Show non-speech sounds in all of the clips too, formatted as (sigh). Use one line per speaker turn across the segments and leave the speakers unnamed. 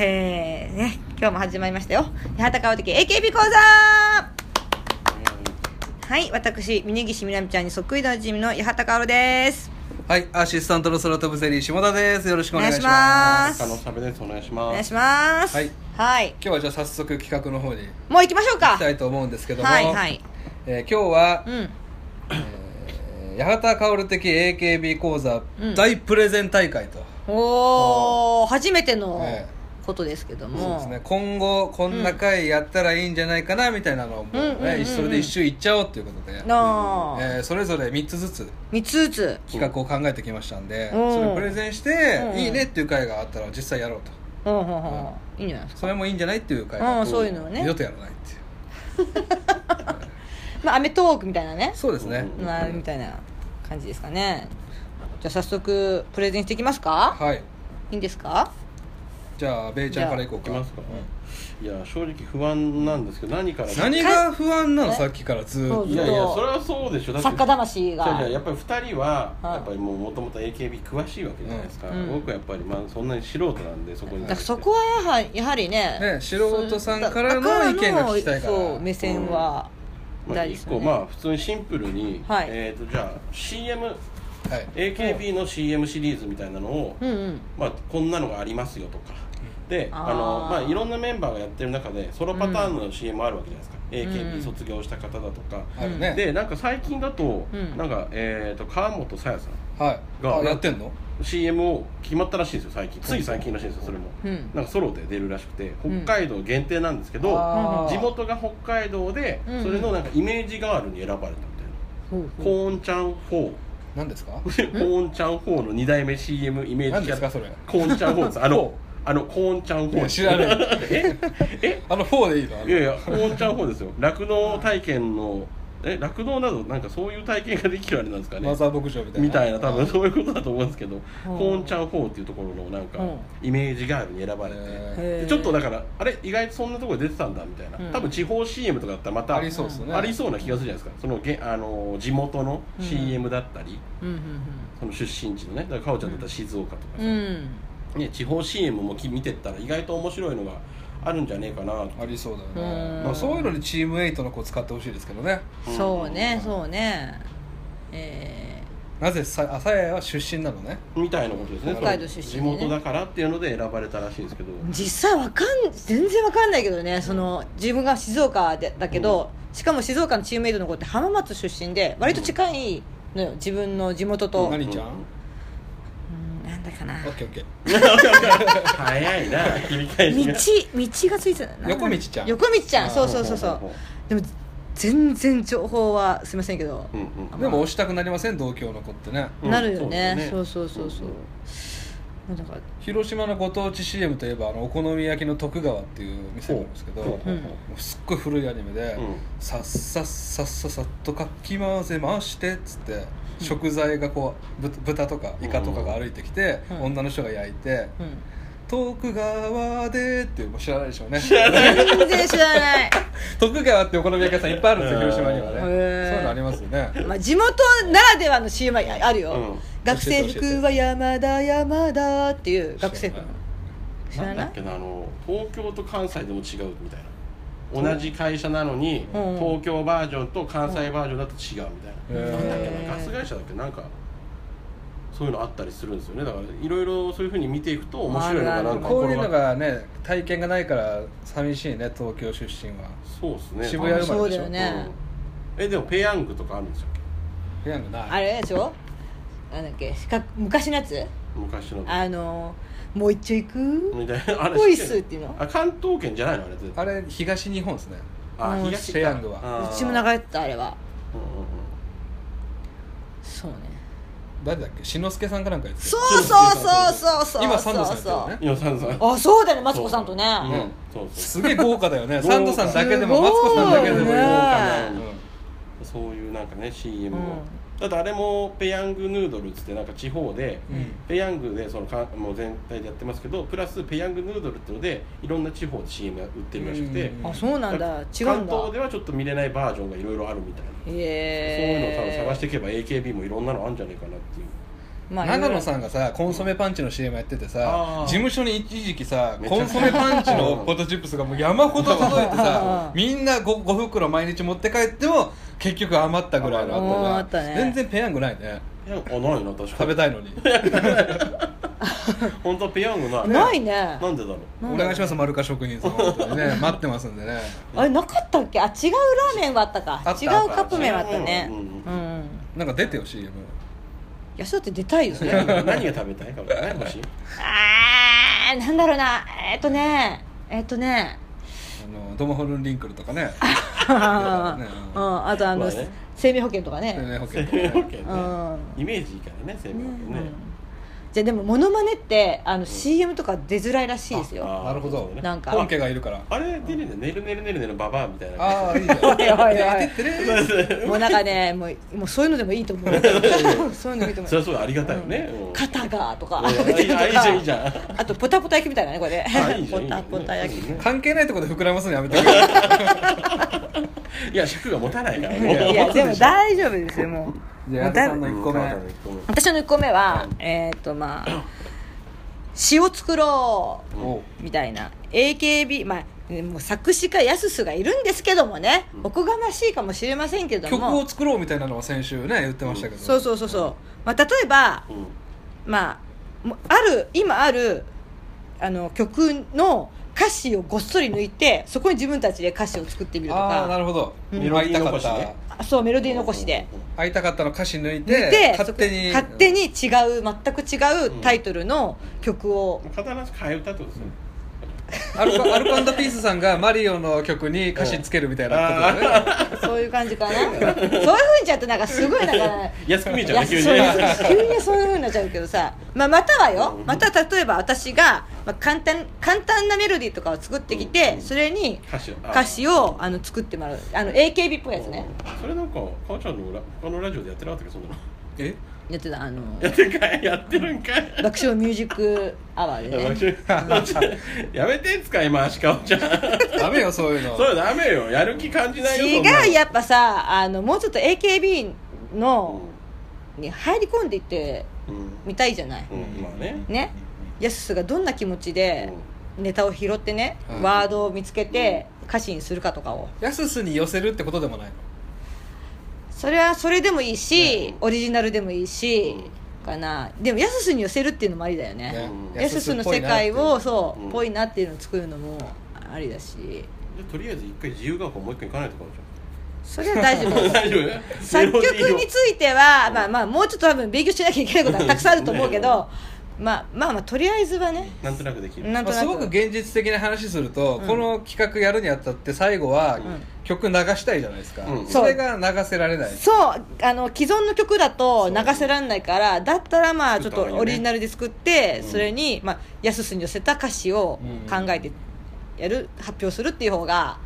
えー、ね、今日も始まりましたよ。八幡川的 AKB 講座はい、私、峯岸みなみちゃんにそっくりなじみの八幡薫です。
はい、アシスタントの空飛ぶゼリー下田です。よろしくお願いし
お願
ま
いし
す。
ま
のしゃべですお願いし
お
ま
願い
す
します。
はい。
はい。
今日はじゃあ早速企画の方に行
もう行きましょうか。
きたいと思うんですけども、
はい、はい。
えー今日は、
うん。
えー八幡薫的 AKB 講座
うん
大プレゼン大会と、
おー、初めての
え
ことですけども。
そうですね、今後こんな回やったらいいんじゃないかなみたいなのをもう
うんうんうんう
ね
ん
それで一周いっちゃおうということ
な
で、
あ、
えーそれぞれ3つずつ
三つずつ。
企画を考えてきましたんで、
うん
それをプレゼンして、
うん
いいねっていう回があったら実際やろうと
うん、うん、うん。いいんじゃないですか。
それもいいんじゃないっていう回があ
う
っ
ん
て
そういうのをね
二度とやらないっていう
まあ、アメトークみたいなね。
そうですね、
うん
まあ、みたいな感じですかね。じゃあ、早速、プレゼンしていきますか
はい
いいんですか
じゃあベイちゃんからいこう
い
か
きますか、いや正直不安なんですけど何から
何が不安なの
え
さっきからずっ
そう
と
いやいやそれはそうでしょだって
作家魂
じゃあじゃあ
が。
やっぱり2人は
うん
やっぱりもうもともと AKB 詳しいわけじゃないですか、
うん
僕はやっぱりまあそんなに素人なんでそこに
だからそこはやはりやはりね
ね素人さんからの意見が聞きたいから
そう目線は
まあ、
大事で
一
す
個
よね、
まあ普通にシンプルに、
はい
えー、とじゃあ CM
はい
AKB の CM シリーズみたいなのを、
うんうん
まあ、こんなのがありますよとかで
あ
あ
ー
の、まあ、いろんなメンバーがやってる中でソロパターンの CM あるわけじゃないですか、
うん
AKB 卒業した方だとか、
あるね
(laughs) でなんか最近だと、
うん
なんか、えー、と川本さやさん
はい
が
あやってんの
CM を決まったらしいんですよ最近つい最近らしいんですよそれも、
うん
なんかソロで出るらしくて
うん
北海道限定なんですけど、
あー
地元が北海道で、
うん
それのなんかイメージガールに選ばれたみたいな、
ほうほう
コーンちゃん4
何ですか
コーンちゃん4の2代目 CM イメージ
何ですかそれ
コーンちゃん4ですあのあのコーンちゃん
いや
4
知らない
ええ
あの4でいいのあの
いやいやコーンちゃん4ですよ酪農体験のえ酪農などなんかそういう体験ができるあれなんですかね
マザー牧場みたいな
みたいな多分そういうことだと思うんですけど、
うん
コーンちゃん4っていうところのなんか、
うん
イメージガールに選ばれて、
え
へー
でちょっとだからあれ意外とそんなところで出てたんだみたいな、
うん
多分地方 CM とかだったらま
ー
た
ありそうですね
ありそうな気がするじゃないですかそのげあの地元の CM だったり、
うん
その出身地のねだからかおちゃんだったら静岡とか
うんう
さ、
ん
ね、地方 CM もき見てったら意外と面白いのがあるんじゃねえかなと
ありそうだよ
う
ね
ん
まあそういうのにチーム8の子使ってほしいですけどね
うんそうねそうねえ
なぜさ朝やは出身なのね
みたいなことですね
北海
道出身
地
ね
元だからっていうので選ばれたらしいですけど
ー、実際わかん全然わかんないけどねその自分が静岡でだけど、しかも静岡のチームメイトの子って浜松出身で割と近いのよ自分の地元と、うん、
何ちゃん
なんだかな
オッケーオッケー
早いな切り返
道
し
道
が
がついてたな
横道ちゃん
横道ちゃんそうそうそうそう
ほほほ
でも全然情報はすいませんけど、
うんうん
あんま
でも押したくなりません同郷の子ってね
うん
なるよね,、そ
そうう
そうそうそう、だから
広島のご当地 CM といえばあのお好み焼きの徳川っていう店があるんですけど
ほうほ
も
うほ
うすっごい古いアニメで
うん
「さっさっさっさっさっとかき混ぜまして」っつって食材がこうぶ豚とかイカとかが歩いてきて
うん
女の人が焼いて
う
「徳川で」っていうもう知らないでしょうね
ん、全然知らない、
徳川ってお好み焼き屋さんいっぱいあるんですよ広島にはねそ
へ
う
ー
いうのありますよね
まあ、地元ならではの CM はあるよ、
うん
学生服は山田山田っていう学生服知
うな
ら
んだ
な
っ
い
けなあの東京と関西でも違うみたいな同じ会社なのに
うん
東京バージョンと関西バージョンだと違うみたいな
へー
なんだっけなガス会社だっけなんかそういうのあったりするんですよねだからいろいろそういうふうに見ていくと面白いのがなんか
こういうのがね体験がないから寂しいね東京出身は
そうですね
渋谷生まれでし
あそうだよ
ょ
ね
うんえでもペヤングとかあるんですよ
ペヤングない
あれでしょなんだっけ四角昔のやつ
昔の
あのもう一丁行く
みたいなあれ
ボイ
知
スっていうの
あ関東圏じゃないのあれ絶対
あれ東日本ですね
あ
うん
東
ペヤングは
あー
うちも流れてたあれは
うんうんうん
そうね
誰だっけ志の輔さんかなんかやってた
そうそうそうそうそう
今サンドさんやってる
そう
よね
今さんさん
あそうだねマツコさんとね
うんそうそう
すげえ豪華だよね
豪華
サンドさんだけでもマ
す
ツ
ごい
コさんだけでも
ね
豪華な
う
うん
んそういうなんかね CM を、
うん
だってあれもペヤングヌードルっつってなんか地方で、
うん
ペヤングでそのかもう全体でやってますけどプラスペヤングヌードルっていうのでいろんな地方で CM が売ってるらしくて、
うん
あそうなんだ違うん
関東
だ
ではちょっと見れないバージョンがいろいろあるみたいな、
へえ
そういうのを多分探していけば AKB もいろんなのあるんじゃないかなっていう
まあ
長野
ん
さんがさコンソメパンチの CM やってて
あ
さ
ー
事務所に一時期さ
めち
コ
ゃくちゃ
ンソメパンチのポテトチップスがもう山ほど届いてさ
うん
みんな 5, 袋毎日持って帰っても結局余ったぐらいの
うん
あ
あ
っ
ったた
ね
ね
全然ペヤングないね
ペヤングあないな確かに
食べたいのに
本当はペヤングない
ないね
なんでだろう
お願いします丸カ職人さん本当にね待ってますんでね
あれなかったっけあ違うラーメンはあったか
あった
違うカップ麺はあったね
う
うんん、
う
なんか出てよ CM
いやそうやって出たいよね
何が何が食べたいかもねもし
あーなんだろうなえっとねえっとね
あのドマホルンリンクルとかね
あ,、
ね
(laughs) うん、あとあの、
まあね
生命保険とかね
生命保険
生
とか
命保
ね
険
う
ね
ん
イメージいいからね生命保険
う
ね
んじゃあでもモノマネってあの CM とか出づらいらしいですよ
あー
なるほど
そうね
なんか
本家がいるから
あれ出るねねるねるねるねるババアみたいな
ああいいじゃん
おいおい (laughs) おい
出てってね
もうなんかねもうもうそういうのでもいいと
(laughs)
思うそういうのでもいいと思う
それはすごいありがたいよねうん
肩がとか
いやいやいやいいじゃんいいじゃん
あとポタポタ焼きみたいなねこれ
あいいじゃん
ポタポタ焼
いい
き
じゃん
関係ないところで膨らますのやめて
(laughs)
くれ
いや尺が持たないから
いやでも大丈夫ですよもう
じゃ
も
あ矢
う
田
だい
さんの1個目
うん
私の1個目はえっとまあ詩を作ろう
おう
みたいな AKB まあねもう作詞家やすすがいるんですけどもねおこがましいかもしれませんけど
曲
も
を作ろうみたいなのは先週ね言ってましたけど
そうそうそうそう、まあ、例えば
うん
まあもうある今あるあの曲の歌詞をごっそり抜いてそこに自分たちで歌詞を作ってみると
ああな
か
るほど
うん
会いたかっ
メロディー残しね
た
あそうメロディー残しで
会いたかったの歌詞抜い
抜い
て
て
勝手に
そこ勝手に違う全く違うタイトルの曲を
必ず替え歌ってことですね
アルコアルコピースさんがマリオの曲に歌詞つけるみたいなことだよ
(laughs)
ね
そういう感じかなそういうふうにちゃってなんかすごいなん (laughs) か
安く見えち
い
ゃう
や
ね
そう
急に
急にそういうふうになっちゃうけどさ、まあ、またはよまた例えば私が、まあ、簡単簡単なメロディーとかを作ってきてそれに
歌詞をあ
歌詞をあの作ってもらうあの AKB っぽいやつね
それなんかかおちゃんの裏他のラジオでやってなかったっけどそんなの
え
やってたあの
やってんかいやってるんかい
爆笑ミュージックアワーでね
やめて使い回しかおちゃん
ダメよそういうの
そうダメよやる気感じないよそんなの
違うやっぱさあのもうちょっと AKB
うん
のに入り込んでいって
うん
みたいじゃない
うんまあね
ねやすすがどんな気持ちでネタを拾ってね
うん
ワードを見つけて歌詞にするかとかを
やすすに寄せるってことでもないの
それはそれでもいいし
う
オリジナルでもいいしかなでもやすすに寄せるっていうのもありだよね
ね
やすすの世界をそ
うん
うぽいなっていうのを作るのもありだし
でとりあえず一回自由が丘もう一回行かないとかおち
それは大丈夫
ゃん大丈夫
(laughs) 作曲については、まあまあ、もうちょっと多分勉強しなきゃいけないことはたくさんあると思うけど、まあまあまあ、とりあえずはね、
なんとなくできる
なんと
ま
な
あす
く。
ごく現実的な話すると、
うん
この企画やるにあたって最後は
ん
曲流したいじゃないですか、
うん
それが流せられない
そうあの既存の曲だと流せられないからだったらまあち
作
ょったと
っ方がいいよね
オリジナルで作って、
うん
それに、まあ、やすすに寄せた歌詞を考えてやる、発表するっていう方が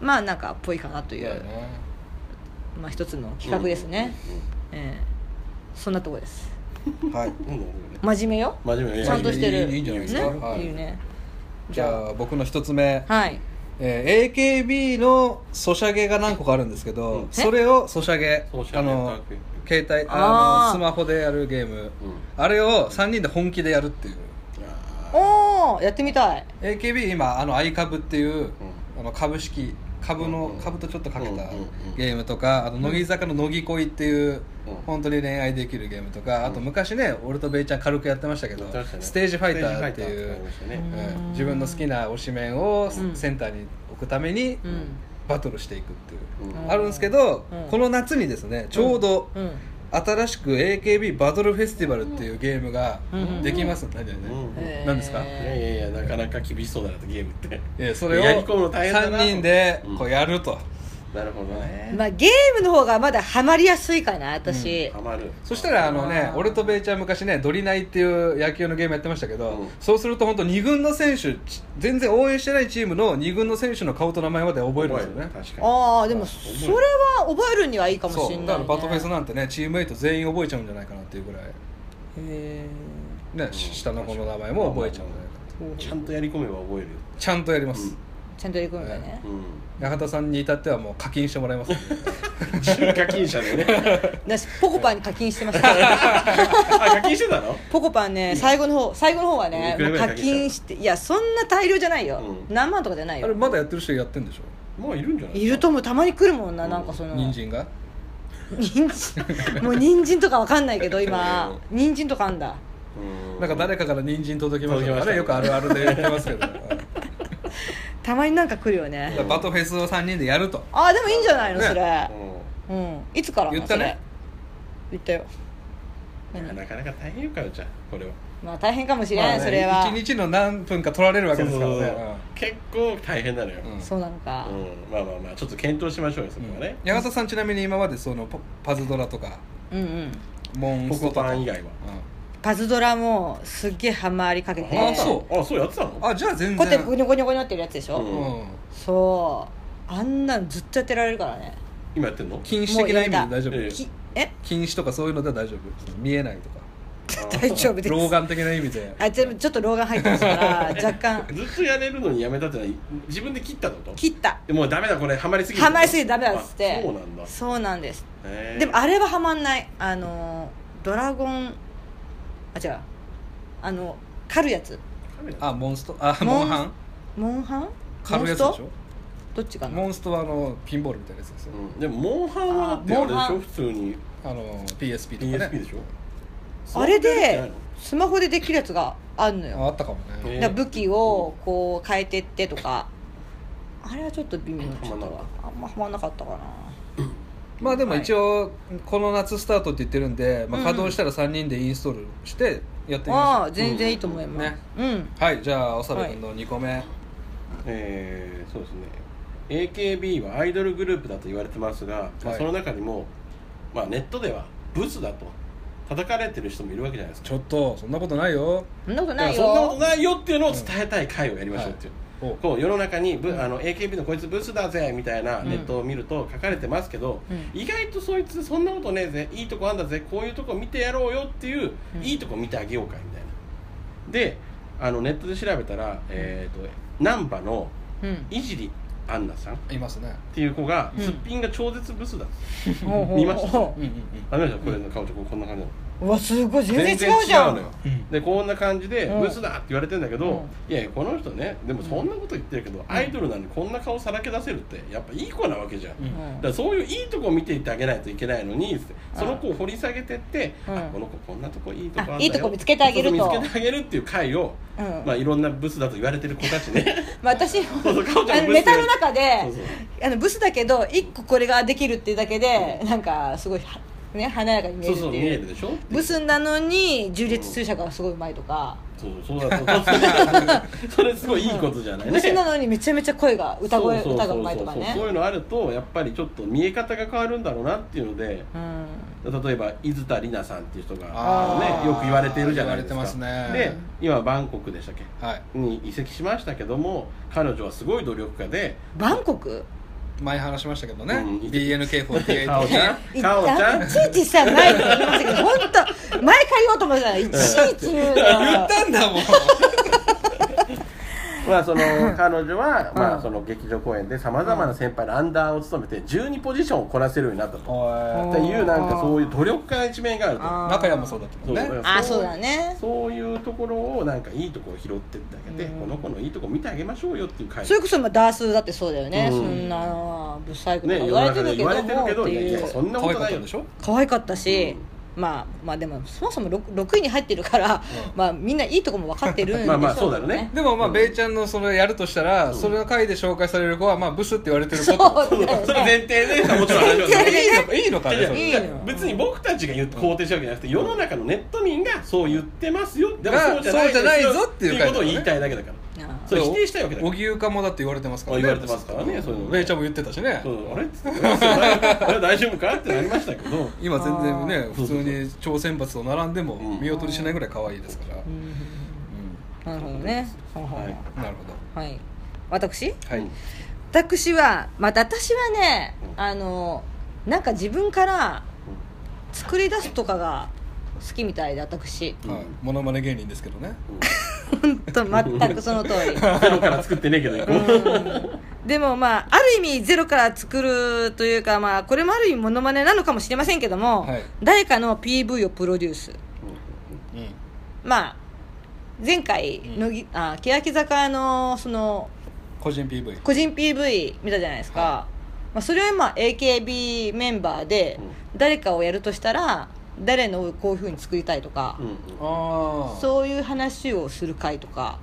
まあなんかっぽいかなという、
だよね
まあ一つの企画ですね、ええそんなとこです
はい
うんうんうんうん
真面目よ
真面目ね
ちゃんとしてる
いいいいいいんじゃないですか
ね
はい
いいね
じゃあ僕の一つ目、
はい
えー AKB のソシャゲが何個かあるんですけど、
うん
それをソシャゲ
ソシャゲ
あの
かっこいい
携帯
あ
あ
ー
のスマホでやるゲーム、
うん
あれを3人で本気でやるっていう
あ
おおやってみたい
AKB 今あの i 株っていう、あの株式株の株とちょっとかけた
うんうんうん
ゲームとかあと乃木坂の乃木恋っていう
うん
本当に恋愛できるゲームとかあと昔ね俺とベイちゃん軽くやってましたけど
ー確かに
ステージファイターって
ステ
い
ジファイターってあり
う
ましたね
うん自分の好きな推しメンを
うん
センターに置くために
うん
バトルしていくっていう
うん
うん
あるんですけど
うん
この夏にですねちょうど
うん
新しく AKB バトルフェスティバルっていうゲームが
うん
できますんでね
うん
えー
何ですか
いやいやいやなかなか厳しそうだなってゲームって
えーそれを
やり込むの大変だな
3人でこうやると。
なるほどね
まあゲームの方がまだハマりやすいかな私、
ハマる
そしたらあのね
あー
俺とベイちゃん昔ねドリナイっていう野球のゲームやってましたけど、
うん
そうすると本当二軍の選手ち全然応援してないチームの二軍の選手の顔と名前まで覚えるんですよね
確かに
ああでもそれは覚えるにはいいかもしれ
そう
ない、ね、
だからバトフェスなんてねチームメイト全員覚えちゃうんじゃないかなっていうぐらい、
へ
ね、し下の子の名前も覚えちゃうんじゃないか
ー
ちゃんとやり込めば覚えるよ
ちゃんとやります、
ちゃんとやり込むんだよね、
八幡さんに至ってはもう課金してもらいますんで
うん、中課金者でね
私ポコパンに課金してま
(laughs)
した
あ課金してたの
ポコパンね最後の方最後の方はね
いくらぐらい
課
課金し
金して
た
いやそんな大量じゃないよ、
うん
何万とかじゃない
(laughs) あれ
よ
まだやってる人やってんでしょ
もういるんじゃない
いるともたまに来るもんな、
うん
なんかその
人参が
人参 (laughs) もう人参とかわかんないけど今人参とかあんだ
うん
なんか誰かから人参届きましたねあれ
届き
よ
まし
く
た
あるあるでやってますけどうんだか
たまになんか来るよね
らバトフェスを3人でやると
ああでもいいんじゃないのそれ
う
うんいつからな
言ったね
それ言ったよ
ん
何
なかなか大変よかよじゃあこれは
まあ大変かもしれ
ま
な
あ
い
ね
それは
一日の何分か取られるわけですからね
結構大変なのよ、
うん
そうなのか
うんまあまあまあちょっと検討しましょうよそこはね、
八幡さんちなみに今までそのパパズドラとか
うんうん
モン
ポ
スト
コ
とか
パン以外は
パズドラもすっげえハマりかけて
あ
こ
あそ
あそうやってたの
うんあじゃあ全
うやって
然
ゴニョゴニョゴニョってやるやつでしょ、
うん
う
そうあんなのずっとやってられるからね
今やってんの
ん禁止的な意味で大丈
もう
夫
やりたい
きえ
禁止とかそういうのでは大丈夫見えないとか
大丈夫です
老眼的な意味で
あちょちょっと老眼入ってますから若干
ずっとやれるのにやめたってのは自分で切ったのと
切った
でもうダメだこれハマりすぎ
ハマりすぎてダメだっつって
あそうなんだ
そうなんです
へー
でもあれはハマんないあのドラゴンあ違うあの狩るやつ
カメラ
あモンストあモンハン
モンハン
狩るやつで
モンス
し
ト
ょ
どっちかな
モンストはあのピンボールみたいなやつですよ、
うんでもモンハンはだってあ
あモ
れで
ン
し
ハン
ょ普通に
あの PSP とか
PSP
ね
でしょ
あれ
そうや
で
って
スマホでできるやつがあるのよ
ああったかもね、
え
だから武器をこう変えてってとかあれはちょっと微妙ちょっとはあんまハマんなかったかな
まあでも一応この夏スタートって言ってるんで、まあ、
うん
稼働したら3人でインストールしてやってみ
あ
ま
あ全然いいと思います
ね
うん
すはいじゃあおさべ君の2個目、
えーそうですね AKB はアイドルグループだと言われてますが、ま
は
あ
い
その中にも、まあ、ネットではブスだと叩かれてる人もいるわけじゃないですか
ちょっとそんなことないよ
そんなこと
だか
な
ら
い
そんなこと
よ
ないよっていうのを伝えたい回をやりましょうっていう、
お
こう世の中にブ、あの AKB のこいつブスだぜみたいなネットを見ると書かれてますけど、
う
意外とそいつそんなことねえぜいいとこあんだぜこういうとこ見てやろうよっていう、
うん
いいとこ見てあげようかみたいなであのネットで調べたら、えー、と難波の
うん
いじりアンナさんっ
いますね
ていう子が、
うん
すっぴんが超絶ブスだ
ほうほう
(laughs) 見ました
ほ
うんうん
あ見ましたこれの顔とこうこんな感じなの
ううわすごい全然違うじゃん
のよ
うん
でこんな感じで
うん
ブスだって言われてんだけど、
う
いやいやこの人ねでもそんなこと言ってるけど、アイドルなんでこんな顔さらけ出せるってやっぱいい子なわけじゃん、
うん
う
だ
ん
からそういういいとこを見ていってあげないといけないのにその子を掘り下げてって、
うん
あこの子こんなとこいいとこあんだよ
あいいとこ見つけてあげると
そうそう見つけてあげるっていう回を、
うん
まあいろんなブスだと言われてる子たちね
(laughs) まあ私も
そうそうかおちゃん
あの
ブス
ネタの中で
そうそう
あのブスだけど一個これができるっていうだけでなんかすごいはね華やかに見え
そ
るって
うそう見
い
え
う
るでしょ
ブスなのに縦列通車がすごいうまいとか
そうそうそうだそうそれすごいいいことじゃないね
ブスなのにめちゃめちゃ声が歌声
そうそうそう
歌がうまいとかね
そういうのあるとやっぱりちょっと見え方が変わるんだろうなっていうので
うん
例えば伊豆田里奈さんっていう人が
あー
ねよく言われてるじゃないですか
言われてますね
で今バンコクでしたっけ
はい
に移籍しましたけども彼女はすごい努力家で、
バンコク
前話しましたけどね、
うん
BNK48
(laughs) かお
(laughs)
ちゃ
い
んかおちゃん
いちいちさないって言いましたけど本当毎回言おうと思ってたらいちいち言うの
言ったんだもん
まあ
(laughs)
その彼女は、ま
うん
あ、その劇場公演でさまざまな先輩のアンダーを務めて12ポジションをこなせるようになったと、
おい
っていうなんかそういう努力家の一面があると
あ
(laughs) 中屋もそうだったもんね
そう
あそうだね
そういうところをなんかいいとこを拾ってってあげて、
うん
この子のいいとこ見てあげましょうよっていう会
それこそまあダースだってそうだよね、
うん
そんなブサイクとか
ね
言
世
わ
の
れてるけ
中で言われ
ど
てる
も
けど
って
いやい
い
や
う
そんな
可
こ
愛
と
かっ
ない
た
よ
んでしょ
可愛かったし、まあまあでもそもそも 6, 6位に入ってるから、まあみんないいとこも分かってるんでしょ
まあまあそうだろうね
でもまあ、
うん
ベイちゃんのそれやるとしたら、それの回で紹介される子はまあブスって言われてる子と
そうだよ
(laughs) それ
ね
前提でもちろん話はす
前
る
提で
いいのかいいのかねそ
い
れ
いの
別に僕たちが言って肯定してるわけじゃなくて世の中のネット民がそう言ってますよでも
が
そうじゃないです
そうじゃない
よ
ぞっ
ってて
いう
いうことを言いたいだけだから
あ
それ否定したいわけだから
荻生家もだって言われてますから
あ言われてますからねそういうのね
ベイちゃんも言ってたしね
そうあれっつってあれ大丈夫かってなりましたけど
今全然
あ
ね普通に超選抜と並んでも
うん
見劣りしないぐらい可愛いですから、
ーうんなるほどねほうほう
はい
うんなるほ
は
ど
い、私
はい、
私はまた私はね、
うん
あのなんか自分から作り出すとかが好きみたいで私
うん
はい、モノマネ芸人ですけどね
本当全くその通り
ゼロから作ってねえけど一個も
うんでもまあある意味ゼロから作るというかまあこれもある意味モノマネなのかもしれませんけども、
はい
誰かの PV をプロデュース
うん
まあ前回乃木、あ欅坂のその
個人 PV
個人 PV 見たじゃないですか、
は
まあ、それは今 AKB メンバーで誰かをやるとしたら誰のをこういうふうに作りたいとか
う、んうん
ああ
そういう話をする会とか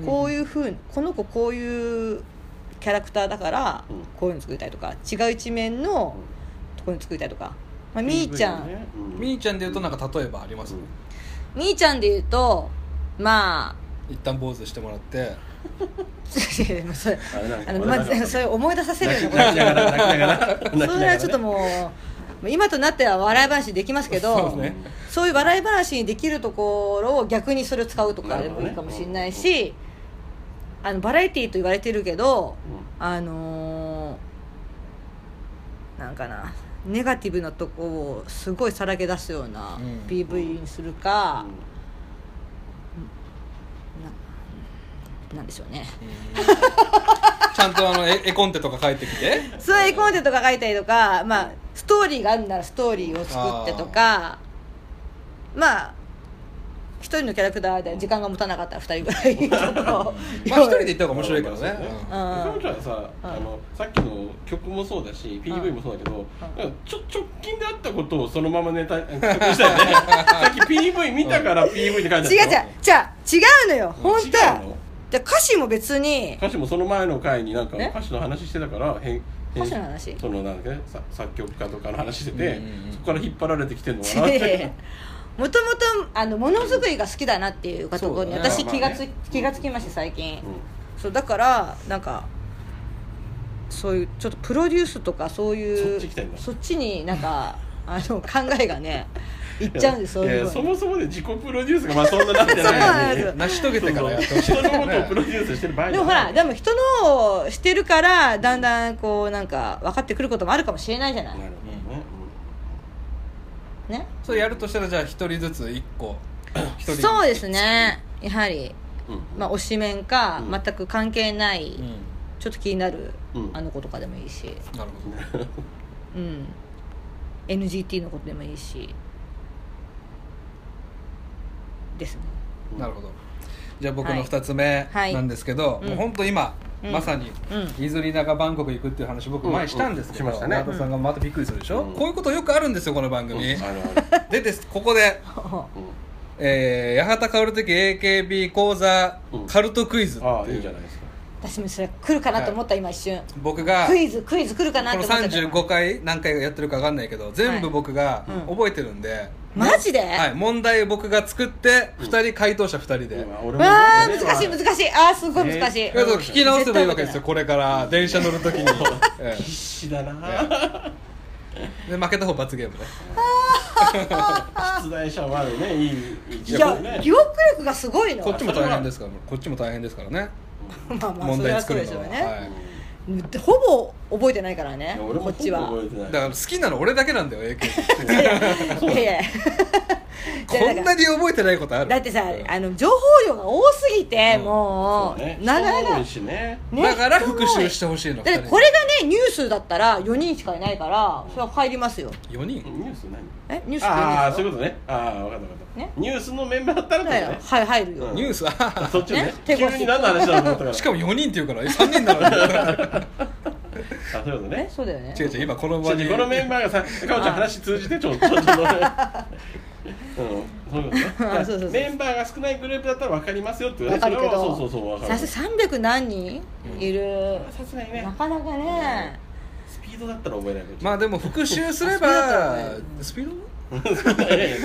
うん
こういうふうにこの子こういうキャラクターだから
うん
こういうの作りたいとか違う一面のところに作りたいとか、まあ、みーちゃん、
ねう
みーちゃんで言うとなんか例えばあります、
うん
みーちゃんで言うとまあ (laughs)
一旦坊主してもらって
いやいやそれ
あれなんか
あの、ま
俺なん
ず、
か
それ思い出させるような
泣
こ
き
と
泣きながら泣きながら泣きながらね
それはちょっともう今となっては笑い話できますけど
そ
そうう,、
ね
いう笑い話にできるところを逆にそれを使うとかでもいいかもしれないし、あのバラエティーと言われてるけどあのーなんかなネガティブなとこをすごいさらけ出すような
うん
PV にする
う
か
ん、
なんでしょうね
ちゃんとあの絵絵コンテとか書いてきて
そういう絵コンテとか書いたりとか、まあ、ストーリーがあるならストーリーを作ってとかまあ一人のキャラクターで時間が持たなかったら二人ぐらいちょっと
まあ一人で行った方が面白いけど
う
ね
ん
彼女はさ、
うん
あのさっきの曲もそうだし PV もそうだけど、なんかちょ直近であったことをそのままネタ曲にしたよねさっき PV 見たから PV って書いてあった
違う違う違う違うのよ本当
違
は
うの
じゃあ歌詞も別に
歌詞もその前の回になんか
え
歌詞の話してたから変変
歌詞の話
そのなんだっけさ作曲家とかの話してて、
うんうんうん
そこから引っ張られてきてるのか
(laughs)
なって
もともとあのものづくりが好きだなっていうところに
そうだね
私気がつ、
まあね
気がつきまして最近、
うん
そうだからなんかそういうちょっとプロデュースとかそういう
そっち来てんだ
そっちになんか (laughs) あの考えがね
(laughs)
いっちゃうんですそう
い
い
や
う
そ
のに
もそもで自己プロデュースがまあそんななって
そう
な
ないんです
のに
よ
成し遂げてからやってほしい
人
ですね
のことをプロデュースしてる場合じ
で
ゃ
もほ
な
ら
い
でも人のをしてるからだんだんこうなんか分かってくることもあるかもしれないじゃな
ないるほどね
ね
それやるとしたらじゃあ一人ずつ一個一人
そうですねやはり、
うんうん
まあ、推し面か、
うん
全く関係ない、
うん
ちょっと気になる、
うん
あの子とかでもいいし、
なるほどね
うん NGT のことでもいいしですね (laughs)
なるほどじゃあ僕の2つ目
はい
なんですけど、
うん
もう本当今、
うん
まさに
う
イズリナがバンコク行くっていう話僕前したんですけど、
うんうんしました
ナ
ね
オトさんがまたびっくりするでしょ、
うん
こういうことよくあるんですよこの番組、
うんある
でですここで、
あるうん
えー、八幡薫的 AKB 講座
うん
カルトクイズっ
ああ
て
い
い
いじゃ
う
ないですか
私もそれ来るかなと思った、今一瞬
僕が
クイズクイズ来るかなと
この
思っちゃった
35回何回やってるか分かんないけど全部僕が
うん
覚えてるんで、
マジで、
はい、問題僕が作って2人回答者2人で、
今俺も
わあ
ね
難しい難しいああすごい難しい、
え
だから聞き直せばいいわけですよ
絶
これから電車乗る
(laughs)
ときに、え
必死だな
えで負けた方罰ゲームね
出題者はねいい一
い
応
や
ね
記憶力がすごいの
こっちも大変ですからこっちも大変ですからね
まあまあ
問
それ
題
はそ
作
う
る
でし
の
ょ
は
う
は
ね、ほぼ覚えてないから
い
ね
や俺も
こっちは
覚えてない
い、だから好きなの俺だけなんだよ
(laughs) い
AK
やい
(laughs)
やい
こ
やだ
ん
から
なに覚えてないことある
だってさ
うん
あの情報量が多すぎて、
うん
もう
そうね
長
人も多
々
いしね
ね
だから
人も
復習してほしい
だ
の
って
二人
これがねニュースだったら4人しかいないからそれは入りますよ
4
ニ
人
ュース何
えニュースって
ああ
言
そういうことねああ分かった分かった、
ね
ニュースのメンバーだったら
うん
って
だ
こと
よは
ね
い入るよ、
うん
ニュースあはは
そっちね
ね
急
手越し
に何の話だろうと思ったから
しかも4人って言うからえ3人だろ
あそういうこと
え
ね
そうだよね
(laughs) 違う違う今この
ち
場
ょっ
に
とこのメンバー
(laughs)
がさかおちゃん話通じてちょっとちょっとうんそういうことね
あそうそうそう
メンバーが少ないグループだったら分かりますよって
わかるけど
それはそうそうそう分か
さ
る
すが300何人いる、
さすがにね
なかなかね、
スピードだったら覚えないけど
まあでも復習すれ
あ
ばスピード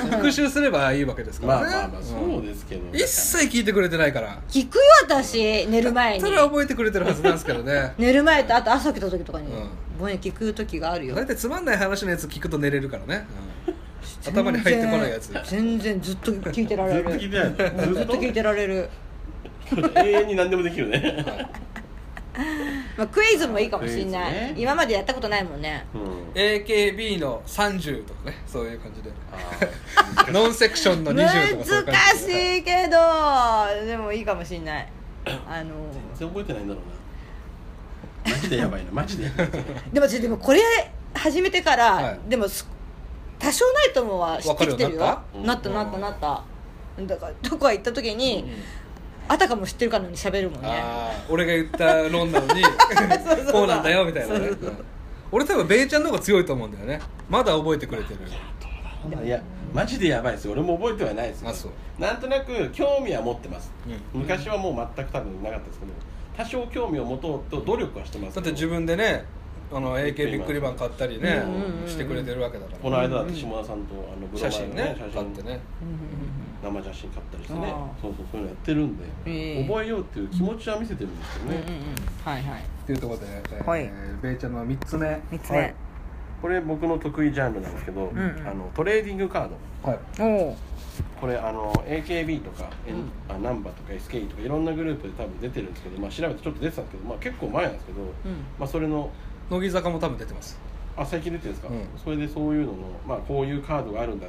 復習すればいいわけですか
まあ
らね
まあまあそう
うん
ですけど、
一切聞いてくれてないから
聞くよ私寝る前に
たら覚えてくれてるはずなんですけどね
寝る前とあと朝来た時とかに、
うん
ぼんやり聞く時があるよ
大体つまんない話のやつ聞くと寝れるからね、頭に入ってこないやつ
全然全然ずっと聞いてら
ず
れ
っと
る
聞いてないの
ずっと聞いてられる、
ずっと永遠に何でもできるね、
まあ、クイズもいいかもしんない、
クイズね
今までや (laughs) ったことないもんね
うん
AKB の30とかねそういう感じで
あー
ノンセクションの20とかそういう感
難
じ
し
で
いけどでもいいかもしん
(laughs)
ないあの
全然覚えてないんだろう
(laughs)
なマジでやばいなマジでやばい
でも私でもこれ始めてから、
はい
でもす多少ないともは知ってきてるよ
わか
るように
な
な
っ
ったた
なったなっただからどこか行った時に、あたかも知ってるかのように喋るもんね
ああ俺が言った論
(laughs)
なのにこうなんだよみたいな
そ
ね
うそうそう
俺多分ベイちゃんの方が強いと思うんだよねまだ覚えてくれてる
ないやマジでやばいです俺も覚えてはないですよ
あそう
なんとなく興味は持ってます、
うん
昔はもう全く多分なかったですけど多少興味を持とうと努力はしてます
だ
け
っ
ど
て自分でねあの AK ビックリマン買ったりね
うんうんうん
してくれてるわけだか
こ
ら
の間だって下田さんとあのブロマ
写
イ
真
ド
ね
写真
買ってね
うん
生写真買ったりして
あ
ね
ー
そうそうそういうのやってるんで、
ええ
覚えようっていう気持ちは見せてるんですよ
うんうんうん
ね、
はいはい
っていうところで、えー
はい
ベイちゃんの3つ目
3つ
はい
目、
これ僕の得意ジャンルなんですけど、
んうん
あのトレーディングカード
はい
おお
これあの AKB とか、えん、あナンバーとか SKE とかいろんなグループで多分出てるんですけど、まあ、調べてちょっと出てたんですけど、まあ、結構前なんですけど、まあ、それの
乃木坂も多分出てます
あ最近出てるんですか、
うん
それでそういうのの、まあ、こういうカードがあるんだ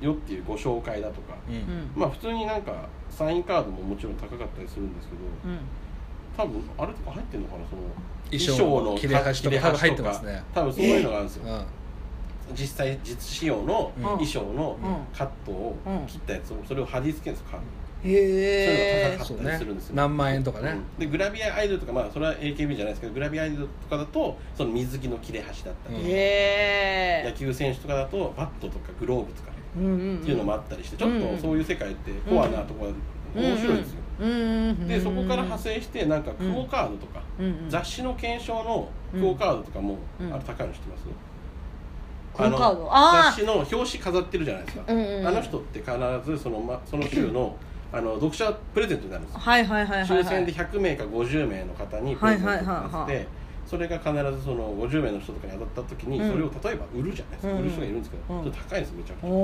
よっていうご紹介だとか、
うん
うん
まあ普通になんかサインカードももちろん高かったりするんですけ
う
ど
ん
多分あれとか入ってるのかなその
衣装の切れ端とか多分入ってますね
多分そういうのがあるんですよ、
うん
実際実使用の
うん
衣装の
うん
カットを
うん
切ったやつをそれを貼り付けるんですよカードに
へえ
買
そう
ったり
ね
するんですよ
何万円とかね、
うんでグラビアアイドルとかまあそれは AKB じゃないですけどグラビアアイドルとかだとその水着の切れ端だったり、
うん
へ
野球選手とかだとバットとかグローブとかっ
えって
いうのもあったりしてちょっとそういう世界ってコアなところが面白いんですよ、でそこから派生してなんかクオ・カードとか、雑誌の検証のクオ・カードとかも、
うん
あれ高いの知ってます、
クオカード
あの
あー
雑誌の表紙飾ってるじゃないですか、
うんうんうん
あの人って必ずその,、ま、その週
(laughs)
のあの読者プレゼントになるんですよ
はいはいはいはい
抽選で100名か50名の方にプレゼント
はい
が
はいはいは
出
い
てそれが必ずその50名の人とかに当たった時に
うん
それを例えば売るじゃないです
う
か、
んうん
売る人がいるんですけど、
うん
それ高いんですめちゃくちゃ、
お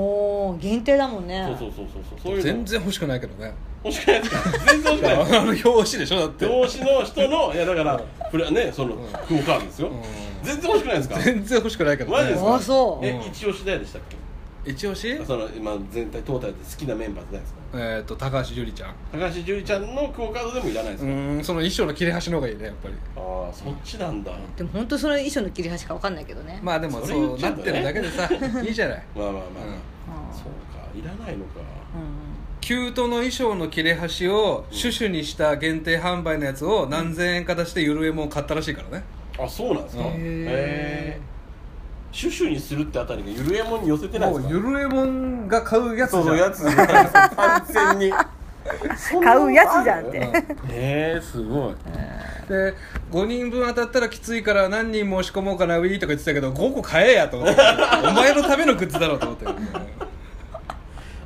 お限定だもんね
そうそうそうそうそうそういうの
全然欲しくないけどね
欲しくないですか全然欲しくないです
あの表紙でしょだって
投資の人のいやだからプラねそのクオカードですよ、
うん
全然欲しくない
(laughs)
ですか
全然欲しくないけど
マジですか
あそう
え
うん
一応次第でしたっけ
一押しえっ、
その今全体トータルで好きなメンバーじゃないですか
と高橋樹里ちゃん
高橋樹里ちゃんのクオカードでもいらないです
う
か、
ーんその衣装の切れ端の方がいいねやっぱり
ああそっちなんだ、
でも本当その衣装の切り端かわかんないけどね
まあでもそ
それ言
う
っち
な
ゃう
っ
と
て
ね
るだけでさいいじゃない
まあまあまあ、
うん
あー
そうかいらないのか
う
キュートの衣装の切れ端をシュシュにした限定販売のやつを何千円か出してゆるえもん買ったらしいからね
あそうなんですか
うん
へえシュシュにするってあたりがゆるえもんに寄せてない
も
です
う
か
ゆるえもんが買うやつじゃん
そうそうやつ完全
(laughs)
に
買うやつじゃんって
えー、すごい
で5人分当たったらきついから何人申し込もうかなウィーとか言ってたけど5個買えやと思ってお前のためのグッズだろうと思ってる (laughs)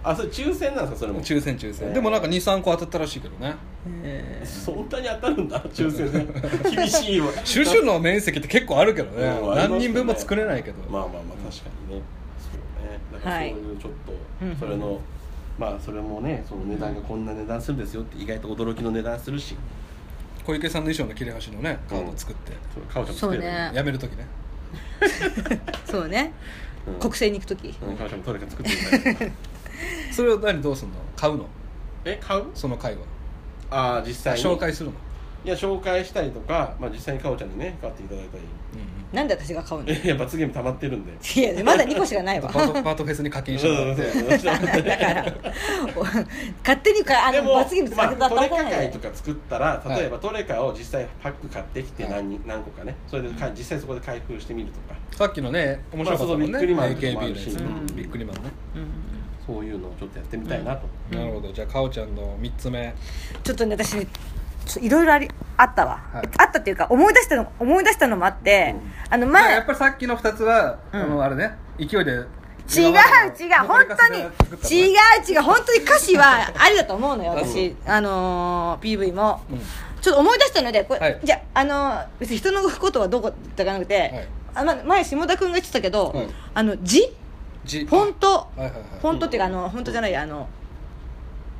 あそれ抽選なんですかそれも
抽選抽選でもなんか23個当たったらしいけどね
んへ
そんなに当たるんだ抽選 (laughs) で厳しいわ
シュシュの面積って結構あるけどね
うんありますよね
何人分も作れないけど、
まあまあまあ確かにねそうねだからそういうちょっ
はい
とそれのまあそれもねその値段がこんな値段するんですよって意外と驚きの値段するし
小池さんの衣装の切れ端のねカード作って、
そうかおちゃんも
そう
作れる
ね
やめる時ね
ーそうね
うん
国政に行く時
うんかおちゃんもどれか作って (laughs) みたい
それを何どうすんの買うの
え買う
その会は
ああ実際に
紹介するの、
いや紹介したりとか、まあ、実際にかおちゃんにね買っていただいたり
うん
なんで私が買うのい
えやっぱ罰ゲーム溜まってるんで
やまだ2個しかない
うん、
わ
パートパートフェスに課金してもらっ
(laughs)
て
だからお勝手にかあ
で
の
も、
罰ゲーム使
ま
っ
あ、
てた
トレカ
らない
会と
で
か作ったら
い
例えばトレカを実際パック買ってきて
はい
何,、何個かねそれでか実際そこで開封してみるとか
さっきのね面白かったもんね、
まあそうそうビックリマンとか
AKB
もあ
のや
る
つ
し
ね
うん
ビックリマンね、
そういうのをちょっとやってみたいなと、
なるほどじゃあかおちゃんの3つ目
ちょっとね私ねちょっといろいろありあったわ、
はい
あったっていうか思い出したの思い出したのもあって、あの
まあ、や
前
っぱりさっきの2つは、
うん
あのあれね勢いで
違
違う
う違う本当に違う違う本当に歌詞
(laughs)
はありだと思うのよ私、あのー PV も、
うん
ちょっと思い出したのでこれ、
はい
じゃあ、あのー別に人のことはどこだかなくて、
い
あま、前下田君が言ってたけど、
はい
あの字フ
じ
ォント、
はいはいはい
フォントっていうかあの本当じゃないあの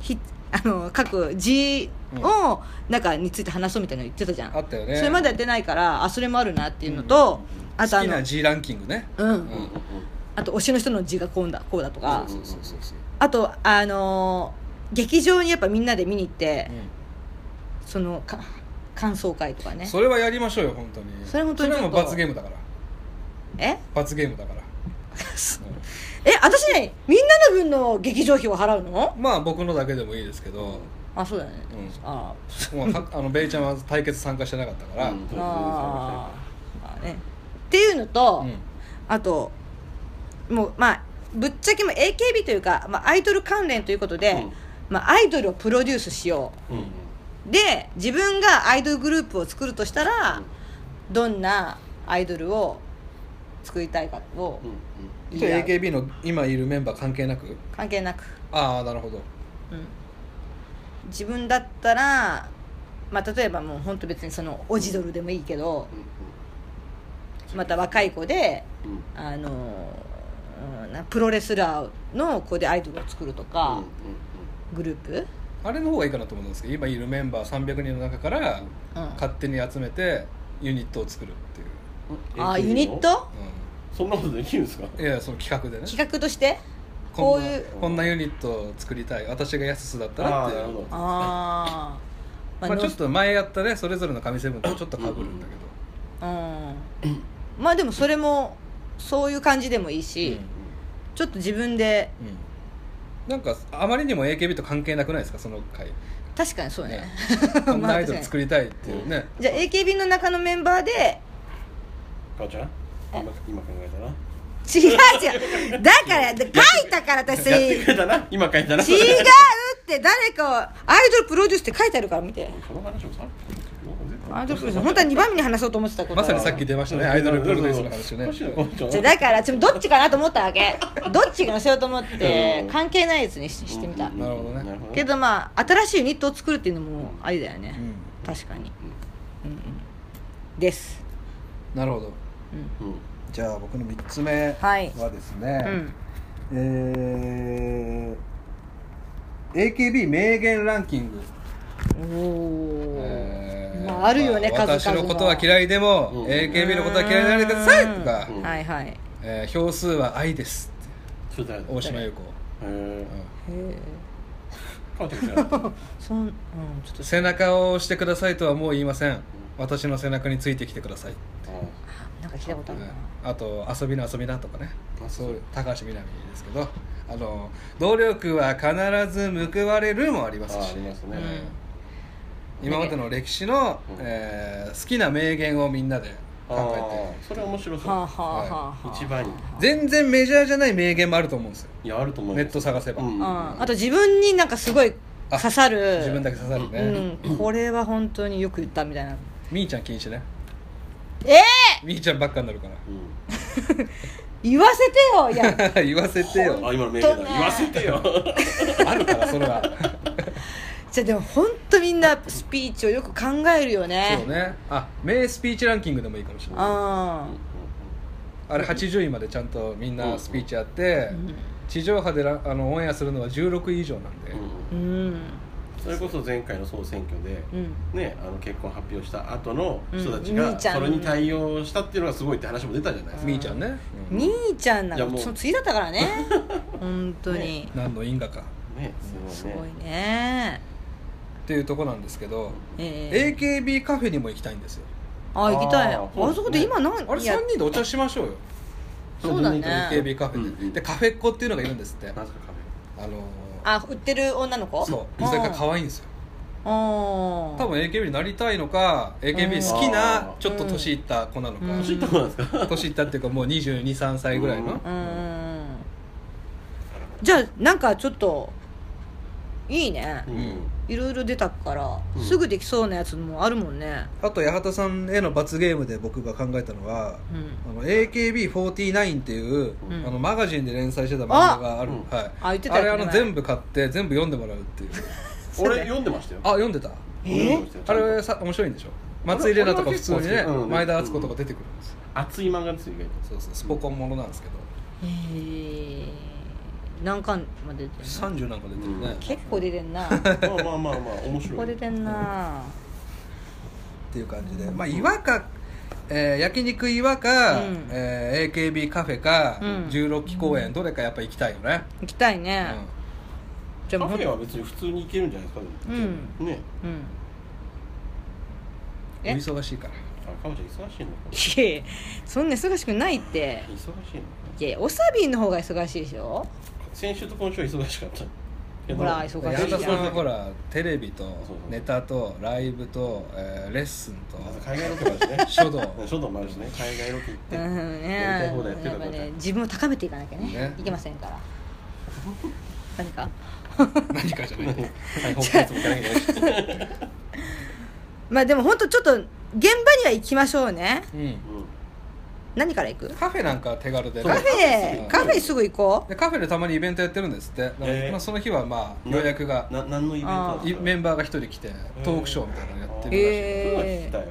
ひあの書く字
うん
をなんかについて話そうみたいなの言ってたじゃん
あったよね
それまでやってないからあそれもあるなっていうのと、あと
好
あ
き
の
な G ランキングね
うん、
うん
うん
あと推しの人の字がこうだこうだとか
そうそうそうそう
あとあのー劇場にやっぱみんなで見に行って、
うん
そのか感想会とかね
それはやりましょうよ本当に
それ本当にちょっ
そ
と
も罰ゲームだから
え
罰ゲームだから
(laughs) え私ねみんなの分の劇場費を払うの
まあ僕のだけでもいいです
(laughs)
けど、
あそうだよね、
うん
あ
まあたあのベイちゃんは対決参加してなかったから、
うん
ああーまあねっていうのと、
うん
あともうまあぶっちゃけもう AKB というか、まあ、アイドル関連ということで、
うん
まあ、アイドルをプロデュースしよ
うん
うで自分がアイドルグループを作るとしたら、どんなアイドルを作りたいかを
うん
じゃあ
言い合う
AKB の今いるメンバー関係なく
関係なく、
ああなるほど
うん、自分だったら、まあ、例えばもう本当別にそのオジドルでもいいけどまた若い子で
うんうん
あのうんなプロレスラーの子でアイドルを作るとか、グループ、
あれの方がいいかなと思うんですけど今いるメンバー300人の中から
うん、
勝手に集めてユニットを作るっていう、
うん
あユニット
そんなことできるんですか
うん、いやその企画でね
企画としてこう
こ
ん
な
いう
こんなユニットを作りたい私がやすすだったらっていう
あー、
まあ、
の
ちょっと前やったねそれぞれの紙セブンとちょっとかぶるんだけど、
うんまあでもそれもそういう感じでもいいし、ちょっと自分で
うんうんなんかあまりにも AKB と関係なくないですかその
(laughs)
回
確かにそうね
こん
(laughs) まあ
なアイドル作りたいっていうね、
じゃあ AKB の中のメンバーで
かおちゃん今今考えたな
違う違うだから書いたから私
やって
違
く
う
れたな今書いたな
って誰かをアイドルプロデュースって書いてあるから見て
その話もさ
アイドルプロデュース本当は2番目に話そうと思ってたこと
まさにさっき出ましたねアイドルプロデュースの話ね
じゃあ
ね
だからちょどっちかなと思ったわけどっちかにせようと思って関係ないやつにししてみた
なるほどね
けどまあ新しいユニットを作るっていうのもありだよね、
うん
確かに、うんうん、です、
なるほどじゃあ僕の3つ目
はい
はですね、
うん、
えー、AKB 名言ランキング
おお、
えー
まあ、あるよね、
まあ
数々
私のことは嫌いでも、
うん
AKB のことは嫌いになれてくださいとか、
うん
はいはいへ
えー票数は愛ですって
ちょっと
大島優子、
え
う
え
かおちゃん知らない
そんうんちょっ
ん背中を押してくださいとはもう言いません私の背中についてきてください、
となんか聞いたことあるな、
あと遊びの遊びなとかね
あ
そ
そう
う高橋みなみですけどあの努力は必ず報われるもあります
あ
し
ありますね
うん今までの歴史の、
うん
えー好きな名言をみんなで考えて
それ面白
はあ
そ
はあはあはあ、
う一番いい
全然メジャーじゃない名言もあると思うんですよ
いやあると思う
ネット探せば、
うん
うん、あと自分になんかすごい
あ
刺さる
自分だけ刺さるね、
うん、これは本当によく言ったみたいな
みーちゃん禁止ね
ええ
みーちゃんばっかになるか
言わせてよいや
(laughs) ら言わせてよ
あ今の名言だ言わせてよ
あるからそれは
じゃあでも本当みんなスピーチをよく考えるよね
そうねあ名スピーチランキングでもいいかもしれない
あ
あれ80位までちゃんとみんなスピーチやって、
ん
地上波でラあのオンエアするのは16位以上なんで、
あうん
それこそ前回の総選挙で
うん
ね、あの結婚発表した後の人たち
うんみー
が
ちゃん
それに対応したっていうのがすごいって話も出たじゃないですか
みーちゃんね、うん
兄ちゃんない
や
ん
も
か
う
その次だったからね本当に
何の因果か
ね
す
すごい
ごい
ね
ね
っていうとこなんですけど、
ええ
AKB カフェにも行きたいんですよ
あ行きたい
あ
あ
ー
そこで今何
あれ
いや
3人でお茶しましょうよ
そうだね
あ
AKB カフェで,、
うん
でカフェっ子っていうのがいるんですって
なんすか壁
あのー
あ売ってる女の子
そうそれが可愛いんですよ
多
多分 AKB になりたいのか AKB 好き
うん
なちょっと年いった子なのか、
うん
知ったことなんですか
年いったっていうかもう2 2 3歳ぐらいの、
うん
うんじゃあなんかちょっといいね
うん
いろいろ出たから
うん
すぐできそうなやつもあるもんね
あと八幡さんへの罰ゲームで僕が考えたのは
うん
あの AKB49 っていう、
うん
あのマガジンで連載してた漫画がある
あうん
はい、
あ言ってた
あれあ
言っ
の
てた
全部買って全部読んでもらうっていう
俺読んでましたよ
あ読んでた
え
俺読んでましたよ
あれさ面白いんでしょ松井玲奈とか普通にね
俺は結構好きうん
前田敦子とか出てくるんですよ
熱い漫画ですよ意外
そうそうスポコンものなんですけど
えー、何巻まで出てんの
30なんか出てるね、
うん
っ
結構出てんな
とまあまあまあまあ面
結
白
構
い
出てんな
ていう感じでまあ違和感えー焼肉岩か、
うん
えー AKB カフェか、
うん
16期公演どれかやっぱ行きたいよね、
行きたい
うん
ね、じゃあ
カ
も
フ
う
ェは別に普通に行けるんじゃないですかでもね
うんえ
お忙しいから
あ彼女忙しいのかない
やいやそんな忙しくないって
忙しいのか
いやいやおさびんの方が忙しいでしょ
な先週と今週は忙しかったけど
ほら忙しい
矢
や
田
田
さんは
は
ほらテレビと
そう
ネタとライブと、えーレッスンと
あと海外ロケもあるしね
書
(laughs)
道
書道もあるしね海外ロケ行っ
う
て、
ん
やりたい
ね
放題やって
や
た
っ
か
ぱ
ら
ね自分を高めていかなきゃね
ね
いけませんから (laughs) 何か
何かじゃない
はいホームページも行かなきゃいけないし
まあでも本当ちょっと現場には行きましょうね
うん
何から行く
カフェなんか手軽でね
カフ
う
ェ
ん
カフェすぐ行こう
でカフェでたまにイベントやってるんですってだから
えー
まあ、その日はまあ
うん
予約が
な何のイベントだった
いメ
ン
ンバーが一人来てトークショーみたいなのやってるらしい、
え
そういうのは聞きたいよ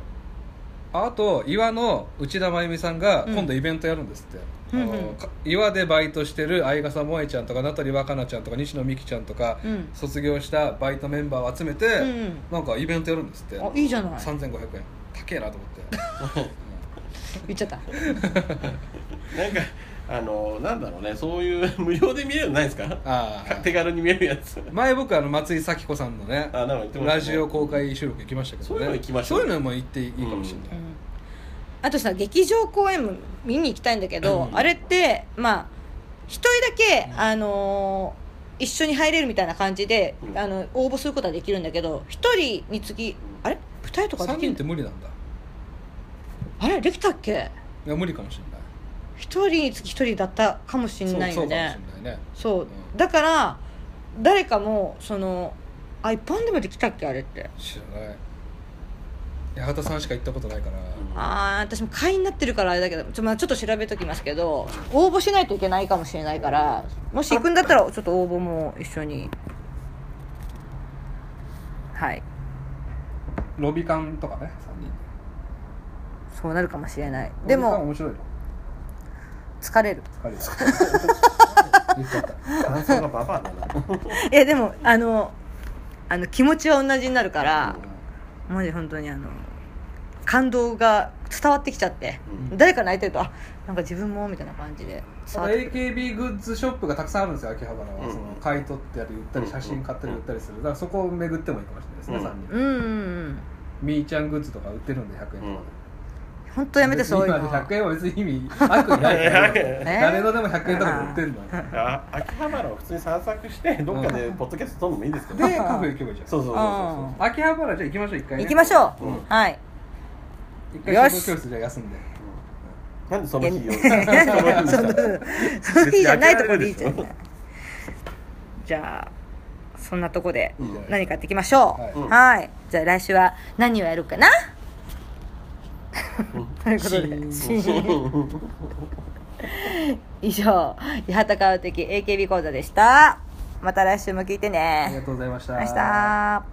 あと岩の内田真由美さんが
うん
今度イベントやるんですって、
うん
あの
うん
か岩でバイトしてる相笠萌ちゃんとか名取若菜ちゃんとか西野美紀ちゃんとか、
うん
卒業したバイトメンバーを集めて、
うん
なんかイベントやるんですって
あいいじゃない
3500円高えなと思
(laughs)
って
言っちゃった
なんかあのなんだろうねそういう無料で見れるのないですか
ああ
手軽に見れるやつ
前僕あの松井咲子さんのね
あなんか言ってましたね
ラジオ公開収録行きましたけどね
そういうの行きましょう
そういうのも行っていいかもしれ
う
な
ん
い、
あとさ劇場公演も見に行きたいんだけど、
うん
あれってまあ一人だけ、あのー一緒に入れるみたいな感じで、
うん
あの応募することはできるんだけど一人につきあれ二人とか
3
でき
人って
る
無理なんだ
あれできたっけ
いや無理かもしれない
一人につき一人だったかもしれない
そう
よ
そうかもしれない
ね
ね
そう
うん
だから誰かもそのあ一般でもできたっけあれって
知らない八幡さんしか行ったことないから、
あー私も会員になってるからあれだけどちょ,、まあ、ちょっと調べときますけど応募しないといけないかもしれないからもし行くんだったらちょっと応募も一緒にはい
ロビカンとかね3人
そうなるかもしれないでも
面白い
(laughs)
の
疲れる
彼ら言っちゃった
感想がババアだな
いやでもあのあの気持ちは同じになるからマジ本当にあの感動が伝わってきちゃって、
うん
誰か泣いてるとあなんか自分もみたいな感じで伝わってくる
AKB グッズショップがたくさんあるんですよ秋葉原は、
うん
その買い取ったり売ったり写真買ったり売ったりするだからそこを巡ってもいいかもしれないですね、三
うん
人
うんうん
みーちゃんグッズとか売ってるんで100円とかで、
うん
うん本当やめてそういうの
別に今で100円は別に意味悪
(laughs)
くないから
え
誰のでも100円とかで売ってんの
あ (laughs) 秋葉原を普通に散策してどっかでポッドキャスト撮るのもいいですけど、
でカフェ行けばいいじゃん
そうそうそう
あ
そ
秋葉原じゃあ行きましょう一回、ね、
行きましょう、
うん
はい
一回食教室じゃあ休んで
うなんでその日をそ
そ
の
の
日 (laughs) を
その日じゃないとこでいいじゃんじゃあそんなとこで
うん
何かやっていきましょう、
は
は
い
いじゃあ来週は何をやるかな (laughs) ということで (laughs) 以上八幡川的 AKB 講座でしたまた来週も聞いて
ありが
ね
とうございました
明日